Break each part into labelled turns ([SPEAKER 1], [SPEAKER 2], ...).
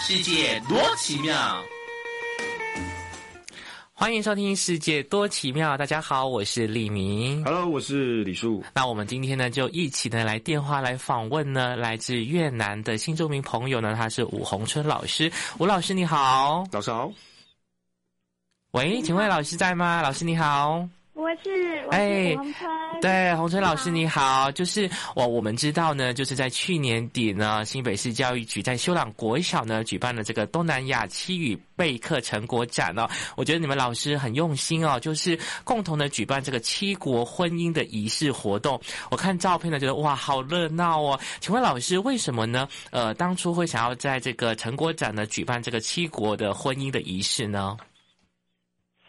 [SPEAKER 1] 世界多奇妙。
[SPEAKER 2] 欢迎收听《世界多奇妙》，大家好，我是李明。
[SPEAKER 3] Hello，我是李树。
[SPEAKER 2] 那我们今天呢，就一起呢来电话来访问呢，来自越南的新住民朋友呢，他是伍宏春老师。伍老师你好，
[SPEAKER 3] 老师好。
[SPEAKER 2] 喂，请问老师在吗？老师你好。
[SPEAKER 4] 我是我
[SPEAKER 2] 哎
[SPEAKER 4] 是王春，
[SPEAKER 2] 对，洪春老师你好，就是我我们知道呢，就是在去年底呢，新北市教育局在修朗国小呢举办了这个东南亚七语备课成果展哦。我觉得你们老师很用心哦，就是共同的举办这个七国婚姻的仪式活动。我看照片呢，觉得哇，好热闹哦。请问老师为什么呢？呃，当初会想要在这个成果展呢举办这个七国的婚姻的仪式呢？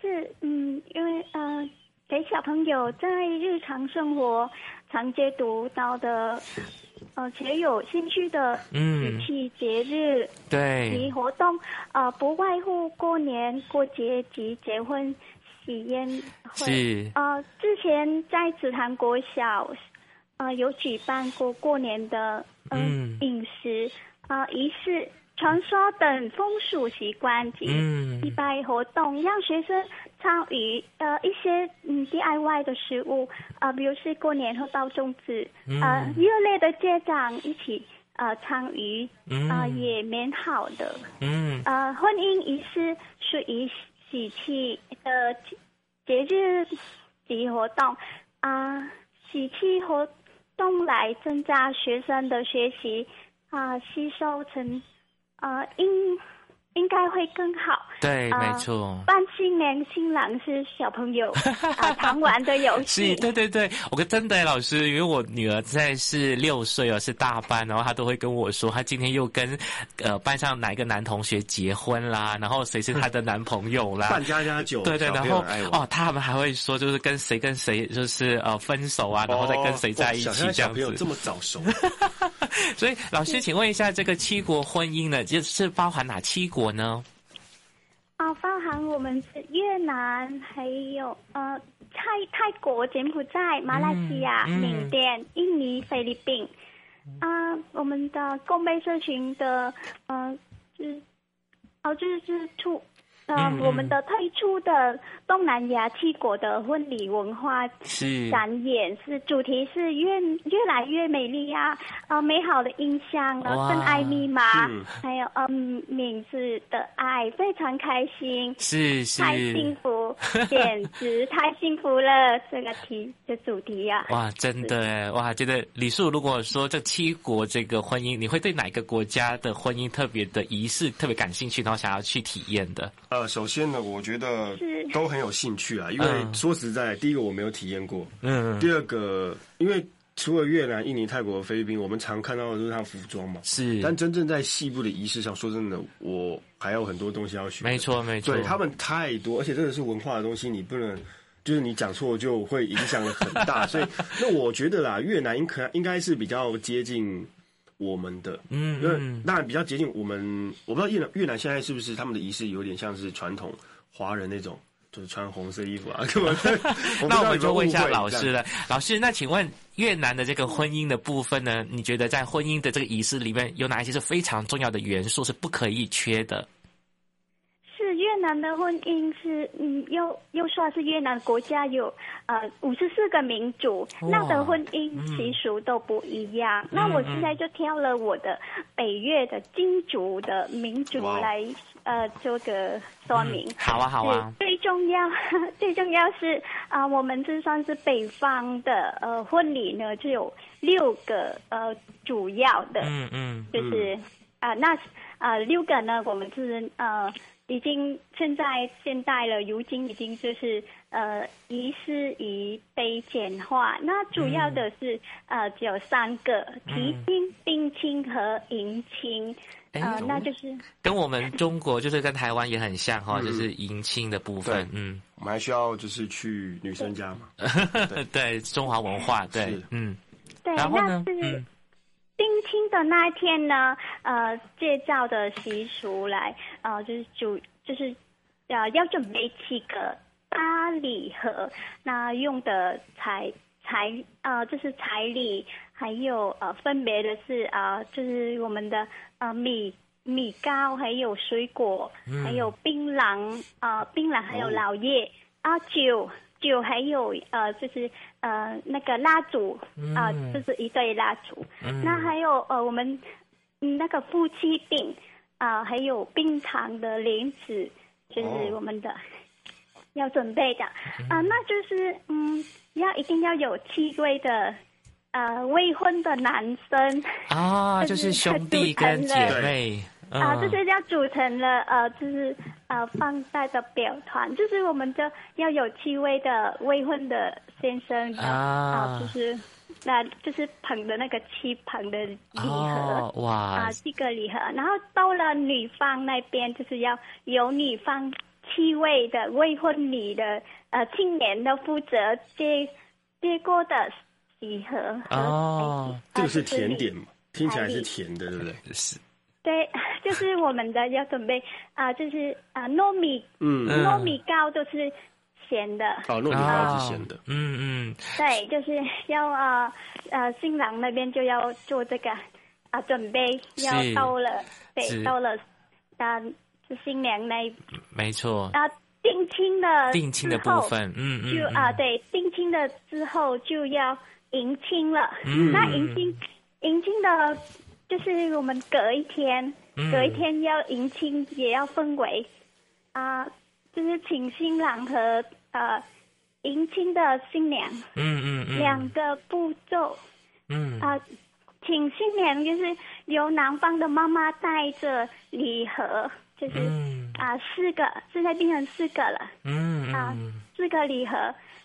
[SPEAKER 4] 是嗯，因为呃，给小朋友在日常生活常接触到的，呃，且有兴趣的
[SPEAKER 2] 嗯哎
[SPEAKER 4] 节，气、节日及
[SPEAKER 2] 对，
[SPEAKER 4] 活动，呃，不外乎过年、过节及结婚、喜宴会。
[SPEAKER 2] 是，
[SPEAKER 4] 呃，之前在紫檀国小，呃，有举办过过年的、呃、
[SPEAKER 2] 嗯
[SPEAKER 4] 饮食、呃仪式、传说等风俗习惯及
[SPEAKER 2] 嗯
[SPEAKER 4] 祭。拜活动，让学生参与呃一些嗯 DIY 的食物，呃，比如是过年后包粽子，呃，
[SPEAKER 2] 嗯
[SPEAKER 4] 热烈的家长一起呃参与，
[SPEAKER 2] 嗯
[SPEAKER 4] 呃，也蛮好的。
[SPEAKER 2] 嗯
[SPEAKER 4] 呃，婚姻仪式属于喜气的节日及活动啊、喜气活动来增加学生的学习啊、吸收成呃应应该会更好。，
[SPEAKER 2] 对，
[SPEAKER 4] 啊
[SPEAKER 2] 没错。
[SPEAKER 4] 伴新年新郎是小朋 友啊常玩的游
[SPEAKER 2] 是
[SPEAKER 4] 戏，
[SPEAKER 2] 对对对，我跟真的老师，因为我女儿现在是六岁哦，是大班，然后她都会跟我说，她今天又跟呃班上哪一个男同学结婚啦，然后谁是她的男朋友啦
[SPEAKER 3] 扮，家家酒，
[SPEAKER 2] 啊对对，
[SPEAKER 3] 小
[SPEAKER 2] 然
[SPEAKER 3] 朋友哎
[SPEAKER 2] 后
[SPEAKER 3] 爱玩，
[SPEAKER 2] 哦，他们还会说就是跟谁跟谁就是呃分手啊，然后再跟谁在一起
[SPEAKER 3] 哦想象
[SPEAKER 2] 这
[SPEAKER 3] 小
[SPEAKER 2] 样
[SPEAKER 3] 朋友这
[SPEAKER 2] 子。
[SPEAKER 3] 么早 熟，
[SPEAKER 2] 所以老师，请问一下，这个七国婚姻呢，就是包含哪七国呢？
[SPEAKER 4] 啊，包含我们是越南，还有呃泰泰国、柬埔寨、马来西亚、
[SPEAKER 2] 嗯嗯
[SPEAKER 4] 缅甸、印尼、菲律宾。啊、我们的共备社群的呃，就是哦，就是就是出。呃，
[SPEAKER 2] 嗯嗯
[SPEAKER 4] 我们的推出的东南亚七国的婚礼文化
[SPEAKER 2] 是
[SPEAKER 4] 展演是主题是越越来越美丽啊，呃，美好的印象，然后
[SPEAKER 2] 哇
[SPEAKER 4] 真爱密码，
[SPEAKER 3] 嗯
[SPEAKER 4] 还有嗯，名字的爱，非常开心，
[SPEAKER 2] 是是，
[SPEAKER 4] 太幸福，简直太幸福了！这个题的主题呀、
[SPEAKER 2] 哇，
[SPEAKER 4] 啊，
[SPEAKER 2] 真的耶哇！觉得李树，如果说这七国这个婚姻，你会对哪个国家的婚姻特别的仪式特别感兴趣，然后想要去体验的？
[SPEAKER 3] 呃，首先呢，我觉得
[SPEAKER 4] 是
[SPEAKER 3] 都很有兴趣啊，因
[SPEAKER 2] 嗯
[SPEAKER 3] 为说实在，第一个我没有体验过，
[SPEAKER 2] 嗯，
[SPEAKER 3] 第二个，因为除了越南、印尼、泰国、菲律宾，我们常看到的就是它服装嘛，
[SPEAKER 2] 是，
[SPEAKER 3] 但真正在细部的仪式上，说真的，我还有很多东西要学，
[SPEAKER 2] 没错没错，
[SPEAKER 3] 对他们太多，而且这个是文化的东西，你不能就是你讲错就会影响很 大。所以，那我觉得啦，越南应可应该是比较接近我们的，
[SPEAKER 2] 嗯
[SPEAKER 3] 因为
[SPEAKER 2] 嗯
[SPEAKER 3] 当然比较接近我们。我不知道越南越南现在是不是他们的仪式有点像是传统华人那种，就是穿红色衣服啊。 干嘛
[SPEAKER 2] 那我
[SPEAKER 3] 我
[SPEAKER 2] 们就问一下老师
[SPEAKER 3] 了，
[SPEAKER 2] 了，老师，那请问越南的这个婚姻的部分呢？你觉得在婚姻的这个仪式里面，有哪一些是非常重要的元素是不可以缺的？
[SPEAKER 4] 是越南的婚姻是，嗯，又又算是越南国家有呃五十四个民族，
[SPEAKER 2] 哇嗯
[SPEAKER 4] 那的婚姻习俗都不一样。那我现在就挑了我的北越的金族的民族
[SPEAKER 3] 哇哦
[SPEAKER 4] 来呃做个说明。
[SPEAKER 2] 好啊好啊，
[SPEAKER 4] 对，最重要， 最重要是啊、我们这算是北方的呃婚礼呢，就有六个呃主要的，
[SPEAKER 2] 嗯嗯
[SPEAKER 4] 就是啊、那啊、六个呢，我们是呃已经现在现代了，如今已经就是呃仪式仪被简化。那主要的是、
[SPEAKER 2] 嗯
[SPEAKER 4] 呃只有三个：提亲、定亲和迎亲。
[SPEAKER 2] 哎
[SPEAKER 4] 呃，那
[SPEAKER 2] 哦
[SPEAKER 4] 就是
[SPEAKER 2] 跟我们中国就是跟台湾也很像哈、哦，
[SPEAKER 3] 嗯
[SPEAKER 2] 就是迎亲的部分
[SPEAKER 3] 对，
[SPEAKER 2] 嗯。
[SPEAKER 3] 我们还需要就是去女生家嘛。
[SPEAKER 2] 呃对中华文化，对
[SPEAKER 3] 是，
[SPEAKER 2] 嗯，
[SPEAKER 4] 对，
[SPEAKER 2] 然后呢
[SPEAKER 4] 哎那，是。
[SPEAKER 2] 嗯，
[SPEAKER 4] 定亲的那一天呢，呃，介绍的习俗来，呃，就是主就是，呃，要准备七个大礼盒，那用的材材呃，就是彩礼，还有呃，分别的是呃，就是我们的呃米米糕，还有水果，还有槟榔，呃，槟榔还有老叶啊，酒酒还有呃，就是呃那个蜡烛啊、
[SPEAKER 2] 嗯
[SPEAKER 4] 就是一对蜡烛。
[SPEAKER 2] 嗯
[SPEAKER 4] 那还有呃，我们嗯那个夫妻饼啊、还有冰糖的莲子，就是
[SPEAKER 3] 哦
[SPEAKER 4] 我们的、要准备的啊、那就是嗯，要一定要有七位的呃未婚的男生。
[SPEAKER 2] 啊，就
[SPEAKER 4] 就是是
[SPEAKER 2] 兄弟跟姐妹
[SPEAKER 4] 啊、这
[SPEAKER 2] 嗯
[SPEAKER 4] 些要组成了呃，就是呃放贷的表团，就是我们的要有七位的未婚的先生的
[SPEAKER 2] 啊
[SPEAKER 4] 就是那就是捧的那个七捧的礼盒。
[SPEAKER 2] 哦哇
[SPEAKER 4] 啊，这个礼盒，然后到了女方那边，就是要由女方七位的未婚女的呃青年的负责接接过的礼盒和
[SPEAKER 2] 哦
[SPEAKER 3] 这
[SPEAKER 4] 哎
[SPEAKER 3] 个
[SPEAKER 4] 啊
[SPEAKER 3] 是
[SPEAKER 4] 就是
[SPEAKER 3] 甜
[SPEAKER 4] 礼
[SPEAKER 3] 点嘛？听起来是甜的，
[SPEAKER 4] 啊
[SPEAKER 3] 对不对？
[SPEAKER 2] 是
[SPEAKER 4] 对， 就是我们的要准备啊、就是啊、糯米
[SPEAKER 3] 嗯，
[SPEAKER 2] 嗯
[SPEAKER 4] 糯米糕就是咸的，
[SPEAKER 3] 好，糯米糕是咸的
[SPEAKER 2] 啊，嗯嗯
[SPEAKER 4] 对，就是要呃呃新郎那边就要做这个啊、准备，要
[SPEAKER 2] 是
[SPEAKER 4] 到了，
[SPEAKER 2] 是
[SPEAKER 4] 对，到了啊、就新娘那一
[SPEAKER 2] 没错，
[SPEAKER 4] 啊、定亲的
[SPEAKER 2] 定亲的
[SPEAKER 4] 呃之后
[SPEAKER 2] 部分嗯嗯
[SPEAKER 4] 就
[SPEAKER 2] 嗯
[SPEAKER 4] 啊、对，定亲的之后就要迎亲了，
[SPEAKER 2] 嗯
[SPEAKER 4] 那迎亲迎亲的。就是我们隔一天，
[SPEAKER 2] 嗯
[SPEAKER 4] 隔一天要迎亲，也要分为啊、就是请新郎和呃迎亲的新娘、
[SPEAKER 2] 嗯嗯
[SPEAKER 4] 两
[SPEAKER 2] 嗯
[SPEAKER 4] 个步骤
[SPEAKER 2] 嗯
[SPEAKER 4] 啊、请新娘就是由男方的妈妈带着礼盒，就是
[SPEAKER 2] 嗯
[SPEAKER 4] 啊、四个，现在变成四个了
[SPEAKER 2] 嗯
[SPEAKER 4] 啊、
[SPEAKER 2] 嗯
[SPEAKER 4] 四个礼盒，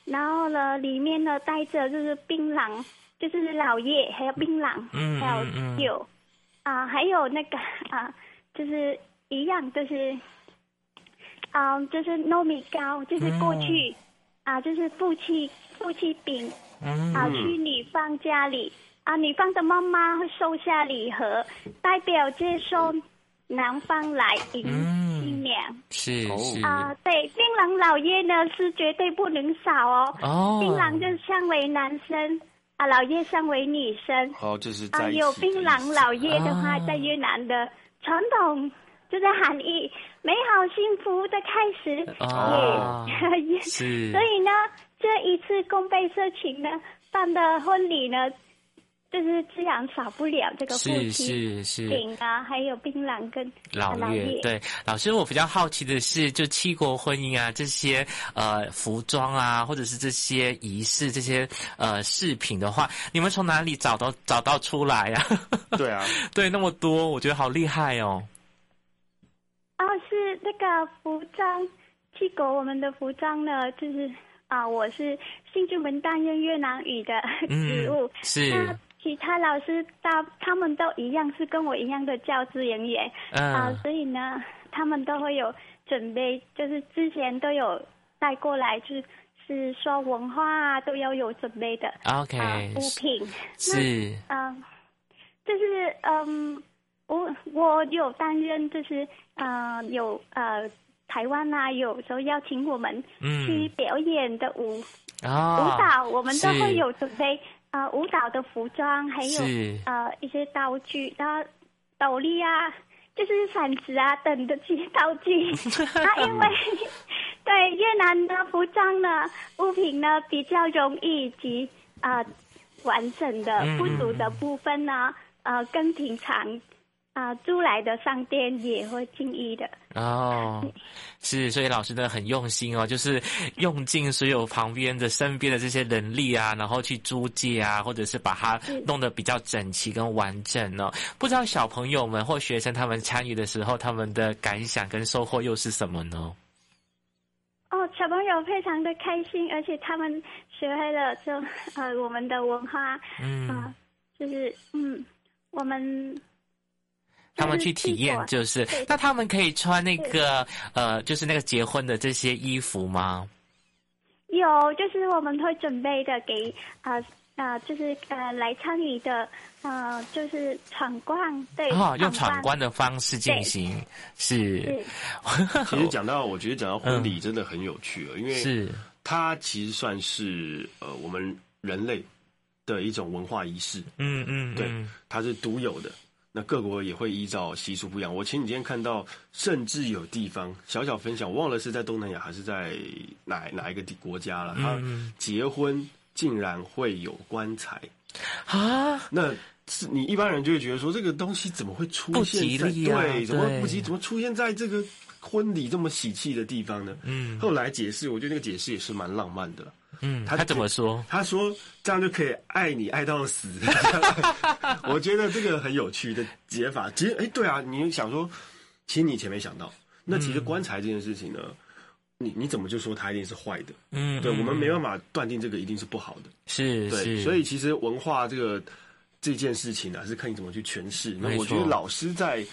[SPEAKER 4] 然后呢里面呢带着就是槟榔，就是老叶，还有槟榔，
[SPEAKER 2] 嗯
[SPEAKER 4] 还有
[SPEAKER 2] 嗯嗯
[SPEAKER 4] 酒啊、还有那个 啊、就是一样就是。啊、就是糯米糕，就是过去啊、就是夫妻夫妻饼，
[SPEAKER 2] 嗯
[SPEAKER 4] 啊，去女方家里啊，女方的妈妈会收下礼盒，代表接收男方来迎
[SPEAKER 2] 嗯
[SPEAKER 4] 新娘、
[SPEAKER 2] 是
[SPEAKER 3] 哦
[SPEAKER 2] 是
[SPEAKER 4] 啊。对，槟榔老爷呢是绝对不能少哦，
[SPEAKER 2] 哦
[SPEAKER 4] 槟榔就相为男生啊，老爷相为女生
[SPEAKER 3] 好，就是
[SPEAKER 4] 啊。
[SPEAKER 3] 在一起的意思。
[SPEAKER 4] 有槟榔老爷的话，
[SPEAKER 2] 啊
[SPEAKER 4] 在越南的传统就是含义美好幸福的开始，
[SPEAKER 2] 哦
[SPEAKER 4] 也也
[SPEAKER 2] 是
[SPEAKER 4] 所以呢，这一次公费社群呢办的婚礼呢，就是自然少不了这个夫
[SPEAKER 2] 是
[SPEAKER 4] 妻
[SPEAKER 2] 是是
[SPEAKER 4] 饼啊，还有槟榔跟
[SPEAKER 2] 老
[SPEAKER 4] 老
[SPEAKER 2] 岳
[SPEAKER 4] 叶
[SPEAKER 2] 对老师，我比较好奇的是，就七国婚姻啊这些呃服装啊，或者是这些仪式这些呃饰品的话，你们从哪里找到找到出来呀、
[SPEAKER 3] 对啊，
[SPEAKER 2] 对，那么多，我觉得好厉害 哦。
[SPEAKER 4] 哦，是那个服装，去国我们的服装呢，就是啊，我是新中文担任越南语的
[SPEAKER 2] 嗯
[SPEAKER 4] 职务，，那
[SPEAKER 2] 是，
[SPEAKER 4] 其他老师大他们都一样，是跟我一样的教职人员啊、
[SPEAKER 2] 嗯
[SPEAKER 4] 所以呢，他们都会有准备，就是之前都有带过来，就是是说文化啊，都要有准备的啊、
[SPEAKER 2] ，OK，
[SPEAKER 4] 物品，
[SPEAKER 2] 是，
[SPEAKER 4] 嗯、就是嗯，我我有担任就是呃有呃台湾啊，有时候邀请我们去
[SPEAKER 2] 嗯，
[SPEAKER 4] 表演的舞、舞
[SPEAKER 2] 啊，
[SPEAKER 4] 蹈，我们都
[SPEAKER 2] 是
[SPEAKER 4] 会有准备呃舞蹈的服装，还有
[SPEAKER 2] 是，
[SPEAKER 4] 呃一些道具，然后斗笠啊，就是伞子啊等的这些道具。 啊，因为 对越南的服装呢、物品呢比较容易以及啊、呃完整的
[SPEAKER 2] 嗯
[SPEAKER 4] 不足的部分呢，呃，跟平常。啊，租来的商店也会进一的，
[SPEAKER 2] 哦，是，所以老师呢很用心哦，就是用尽所有旁边的、身边的这些能力啊，然后去租借啊，或者是把它弄得比较整齐跟完整哦。不知道小朋友们或学生他们参与的时候，他们的感想跟收获又是什么呢？
[SPEAKER 4] 哦，小朋友非常的开心，而且他们学会了就 呃我们的文化，
[SPEAKER 2] 嗯
[SPEAKER 4] 啊，就是嗯，我们
[SPEAKER 2] 他们去体验就是，那他们可以穿那个呃，就是那个结婚的这些衣服吗？
[SPEAKER 4] 有，就是我们会准备的给啊啊、呃就是呃来参与的，呃，就是闯关，对，
[SPEAKER 2] 哦，用闯关的方式进行，是
[SPEAKER 4] 是
[SPEAKER 3] 其实讲到，我觉得讲到婚礼真的很有趣哦，因为
[SPEAKER 2] 嗯是，
[SPEAKER 3] 它其实算是呃我们人类的一种文化仪式，
[SPEAKER 2] 嗯嗯，
[SPEAKER 3] 对
[SPEAKER 2] 嗯，
[SPEAKER 3] 它是独有的。那各国也会依照习俗不一样。我前几天看到，甚至有地方小小分享，我忘了是在东南亚还是在哪哪一个地国家了，
[SPEAKER 2] 嗯
[SPEAKER 3] 他结婚竟然会有棺材。
[SPEAKER 2] 啊，
[SPEAKER 3] 那是你一般人就会觉得说，这个东西怎么会出
[SPEAKER 2] 不
[SPEAKER 3] 现
[SPEAKER 2] 吉
[SPEAKER 3] 在
[SPEAKER 2] 利啊
[SPEAKER 3] 对，怎么
[SPEAKER 2] 对
[SPEAKER 3] 不吉？怎么出现在这个婚礼这么喜气的地方呢？
[SPEAKER 2] 嗯
[SPEAKER 3] 后来解释，我觉得那个解释也是蛮浪漫的了。
[SPEAKER 2] 嗯，
[SPEAKER 3] 他
[SPEAKER 2] 他怎么说？
[SPEAKER 3] 他说这样就可以爱你爱到 死，我觉得这个很有趣的解法。其实，哎，对啊，你想说，其实你以前没想到，那其实棺材这件事情呢，你你怎么就说它一定是坏的？
[SPEAKER 2] 嗯，
[SPEAKER 3] 对，我们没
[SPEAKER 2] 法，
[SPEAKER 3] 办法断定这个一定是不好的。
[SPEAKER 2] 是
[SPEAKER 3] 对，
[SPEAKER 2] 是，
[SPEAKER 3] 所以其实文化这个这件事情啊，是看你怎么去诠释。那
[SPEAKER 2] 没
[SPEAKER 3] 我觉得
[SPEAKER 2] 错
[SPEAKER 3] 老师在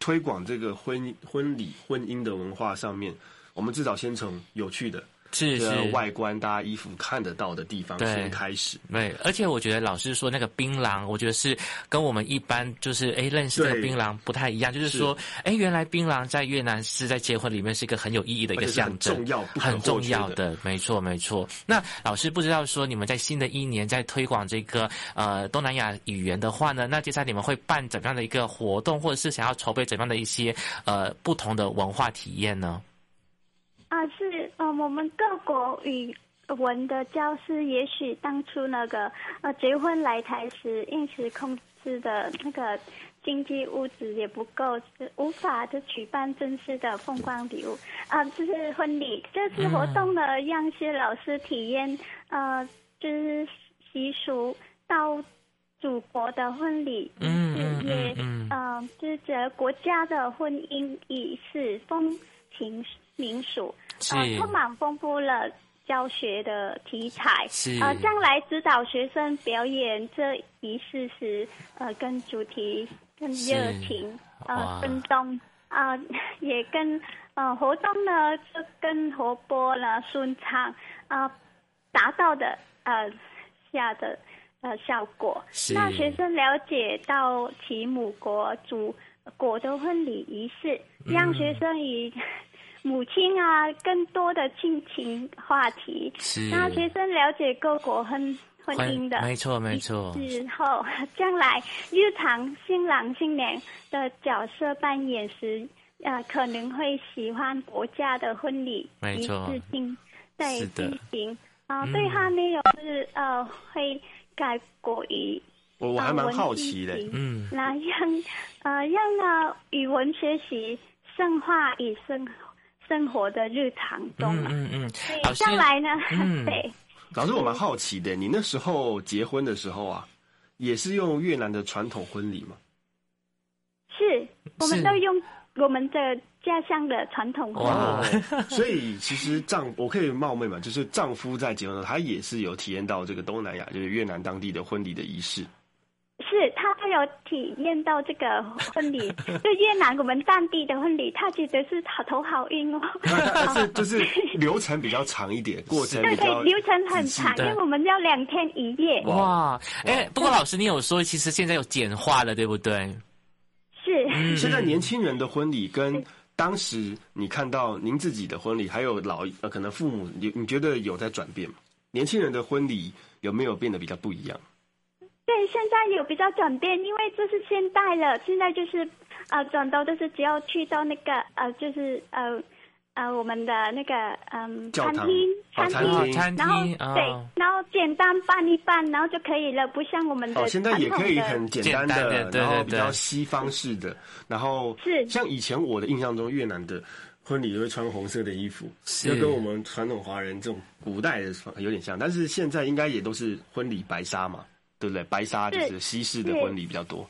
[SPEAKER 3] 推广这个婚姻婚礼、婚姻的文化上面，我们至少先从有趣的、
[SPEAKER 2] 是
[SPEAKER 3] 这个
[SPEAKER 2] 是
[SPEAKER 3] 外观，大家衣服看得到的地方
[SPEAKER 2] 对
[SPEAKER 3] 先开始。
[SPEAKER 2] 对，而且我觉得老师说那个槟榔，我觉得是跟我们一般就是哎认识这个
[SPEAKER 3] 对
[SPEAKER 2] 槟榔不太一样，就是说哎原来槟榔在越南是在结婚里面是一个很有意义的一
[SPEAKER 3] 而
[SPEAKER 2] 个
[SPEAKER 3] 且是很
[SPEAKER 2] 象征，
[SPEAKER 3] 重要不可
[SPEAKER 2] 很重要
[SPEAKER 3] 或缺
[SPEAKER 2] 的，没错没错。那老师不知道说你们在新的一年在推广这个呃东南亚语言的话呢，那接下来你们会办怎么样的一个活动，或者是想要筹备怎么样的一些呃不同的文化体验呢？
[SPEAKER 4] 啊，是呃，我们各国语文的教师，也许当初那个呃结婚来台时，因此控制的那个经济物质也不够，是无法就举办正式的风光礼物啊、就是婚礼。这次活动呢，让些老师体验呃，就是习俗到祖国的婚礼，
[SPEAKER 2] 嗯嗯
[SPEAKER 4] 是也
[SPEAKER 2] 嗯嗯
[SPEAKER 4] 嗯，就是指国家的婚姻仪式、风情民俗，
[SPEAKER 2] 是
[SPEAKER 4] 呃，充满丰富了教学的题材。
[SPEAKER 2] 是
[SPEAKER 4] 呃，将来指导学生表演这仪式时，呃，更主题、更
[SPEAKER 2] 是
[SPEAKER 4] 热情，
[SPEAKER 2] 哇
[SPEAKER 4] 呃，更动，呃， 也更呃活动呢就更活泼了、顺畅，呃，达到的呃下的呃效果。
[SPEAKER 2] 是
[SPEAKER 4] 让学生了解到其母国祖国的婚礼仪式，
[SPEAKER 2] 嗯
[SPEAKER 4] 让学生与母亲啊更多的亲情话题，
[SPEAKER 2] 是
[SPEAKER 4] 让学生了解各国婚婚姻的
[SPEAKER 2] 没错没错，
[SPEAKER 4] 之后，将来日常新郎新娘的角色扮演时，呃，可能会喜欢国家的婚礼
[SPEAKER 2] 没
[SPEAKER 4] 仪
[SPEAKER 2] 错
[SPEAKER 4] 式进对
[SPEAKER 2] 是的
[SPEAKER 4] 进行啊、
[SPEAKER 2] 嗯
[SPEAKER 4] 对他们有是呃会改国语。
[SPEAKER 3] 我我还蛮好奇
[SPEAKER 4] 啊
[SPEAKER 3] 的，。
[SPEAKER 2] 嗯。
[SPEAKER 4] 那让呃让呢语文学习深化与生生活的日常中
[SPEAKER 2] 嗯
[SPEAKER 4] 嘛。
[SPEAKER 2] 嗯嗯，
[SPEAKER 4] 所以
[SPEAKER 2] 老师
[SPEAKER 4] 将来呢，
[SPEAKER 2] 嗯
[SPEAKER 4] 对，
[SPEAKER 3] 老师我蛮好奇的，你那时候结婚的时候啊，也是用越南的传统婚礼吗？
[SPEAKER 4] 是我
[SPEAKER 2] 是
[SPEAKER 4] 们都用我们的家乡的传统婚
[SPEAKER 2] 哇
[SPEAKER 4] 礼。
[SPEAKER 3] 哦，所以其实丈我可以冒昧嘛，就是丈夫在结婚的时候，他也是有体验到这个东南亚，就是越南当地的婚礼的仪式。
[SPEAKER 4] 是他都有体验到这个婚礼，就越南我们当地的婚礼，他觉得是好头好运 哦。
[SPEAKER 3] 但是就是流程比较长一点，过程
[SPEAKER 4] 对
[SPEAKER 3] 比较
[SPEAKER 4] 对，流程很
[SPEAKER 3] 仔细
[SPEAKER 4] 长，因
[SPEAKER 2] 的
[SPEAKER 4] 为我们要两天一夜。
[SPEAKER 2] 哇，哎、不过老师，你有说其实现在有简化了，对不对？
[SPEAKER 4] 是，
[SPEAKER 3] 现
[SPEAKER 4] 嗯
[SPEAKER 3] 在年轻人的婚礼跟当时你看到您自己的婚礼，还有老呃可能父母，你你觉得有在转变吗？年轻人的婚礼有没有变得比较不一样？
[SPEAKER 4] 对，现在有比较转变，因为这是现代了，现在就是呃，转到就是只要去到那个呃，就是呃呃我们的那个嗯、
[SPEAKER 3] 教
[SPEAKER 4] 餐
[SPEAKER 3] 堂
[SPEAKER 4] 厅
[SPEAKER 3] 哦
[SPEAKER 4] 餐
[SPEAKER 3] 餐
[SPEAKER 4] 厅
[SPEAKER 3] 厅。
[SPEAKER 2] 哦餐
[SPEAKER 4] 然后
[SPEAKER 2] 厅啊，
[SPEAKER 4] 对，然后简单拌一拌，然后就可以了，不像我们的
[SPEAKER 3] 哦，现
[SPEAKER 4] 呃传
[SPEAKER 3] 在
[SPEAKER 4] 统
[SPEAKER 3] 也
[SPEAKER 4] 的。
[SPEAKER 3] 可以很简单
[SPEAKER 2] 传统
[SPEAKER 3] 的，
[SPEAKER 2] 的对对对
[SPEAKER 3] 然后
[SPEAKER 2] 对
[SPEAKER 3] 比较西方式的，然后
[SPEAKER 4] 是
[SPEAKER 3] 像以前我的印象中，越南的婚礼都会穿红色的衣服，
[SPEAKER 2] 是
[SPEAKER 3] 就跟我们传统华人这种古代的有点像，但是现在应该也都是婚礼白纱嘛，对不对？白纱就是是西式的
[SPEAKER 4] 是
[SPEAKER 3] 婚礼比较多。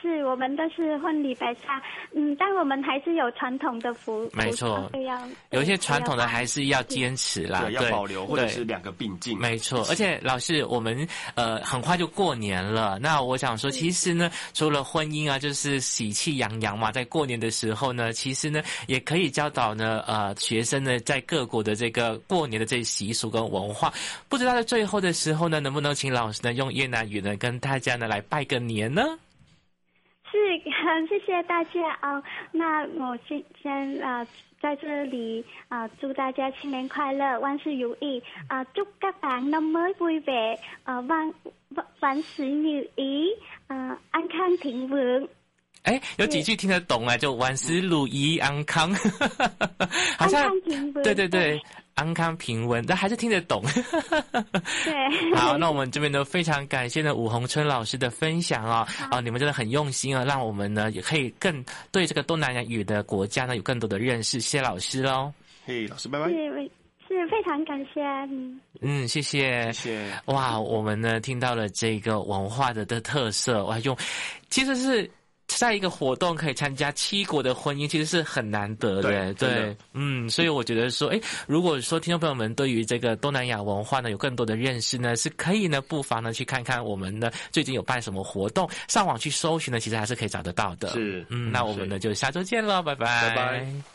[SPEAKER 4] 是我们都是婚礼白纱，嗯，但我们还是有传统的服，
[SPEAKER 2] 没错
[SPEAKER 4] 服装要
[SPEAKER 2] 有一些传统的还
[SPEAKER 4] 是
[SPEAKER 2] 是要坚持啦，
[SPEAKER 3] 对，要
[SPEAKER 2] 啊对
[SPEAKER 3] 保留或者
[SPEAKER 2] 对
[SPEAKER 3] 是两个并进。
[SPEAKER 2] 没错，而且老师，我们呃很快就过年了。那我想说，其实呢，除了婚姻啊，就是喜气洋洋嘛，在过年的时候呢，其实呢也可以教导呢呃学生呢在各国的这个过年的这些习俗跟文化。不知道在最后的时候呢，能不能请老师呢用越南语呢跟大家呢来拜个年呢？
[SPEAKER 4] 是， 嗯谢谢大家啊、那我先先啊、呃在这里啊、呃祝大家新年快乐，万事如意啊、呃祝các bạn năm mới vui vẻ, à, vạn vạn sự như ý, 嗯、安康平稳，
[SPEAKER 2] 哎，有几句听得懂啊，就万事如意，安康，好
[SPEAKER 4] 安
[SPEAKER 2] 像
[SPEAKER 4] 康平稳，
[SPEAKER 2] 对对对，安康平稳，但还是听得懂。
[SPEAKER 4] 对，
[SPEAKER 2] 好，那我们这边呢，非常感谢呢武红春老师的分享啊、哦，啊，你们真的很用心啊，让我们呢也可以更对这个东南亚语的国家呢有更多的认识。谢谢老师喽，
[SPEAKER 3] 嘿，老师，拜拜，
[SPEAKER 4] 是是非常感谢你，
[SPEAKER 2] 嗯，谢谢。
[SPEAKER 3] 谢谢。
[SPEAKER 2] 哇，我们呢听到了这个文化的的特色，哇，用其实是在一个活动可以参加七国的婚姻，其实是很难得的。
[SPEAKER 3] 对真的
[SPEAKER 2] 嗯，所以我觉得说，哎，如果说听众朋友们对于这个东南亚文化呢有更多的认识呢，是可以呢不妨呢去看看我们呢最近有办什么活动，上网去搜寻呢，其实还是可以找得到的。
[SPEAKER 3] 是
[SPEAKER 2] 呃嗯，那我们呢
[SPEAKER 3] 是
[SPEAKER 2] 就下周见了，拜拜，
[SPEAKER 3] 拜拜。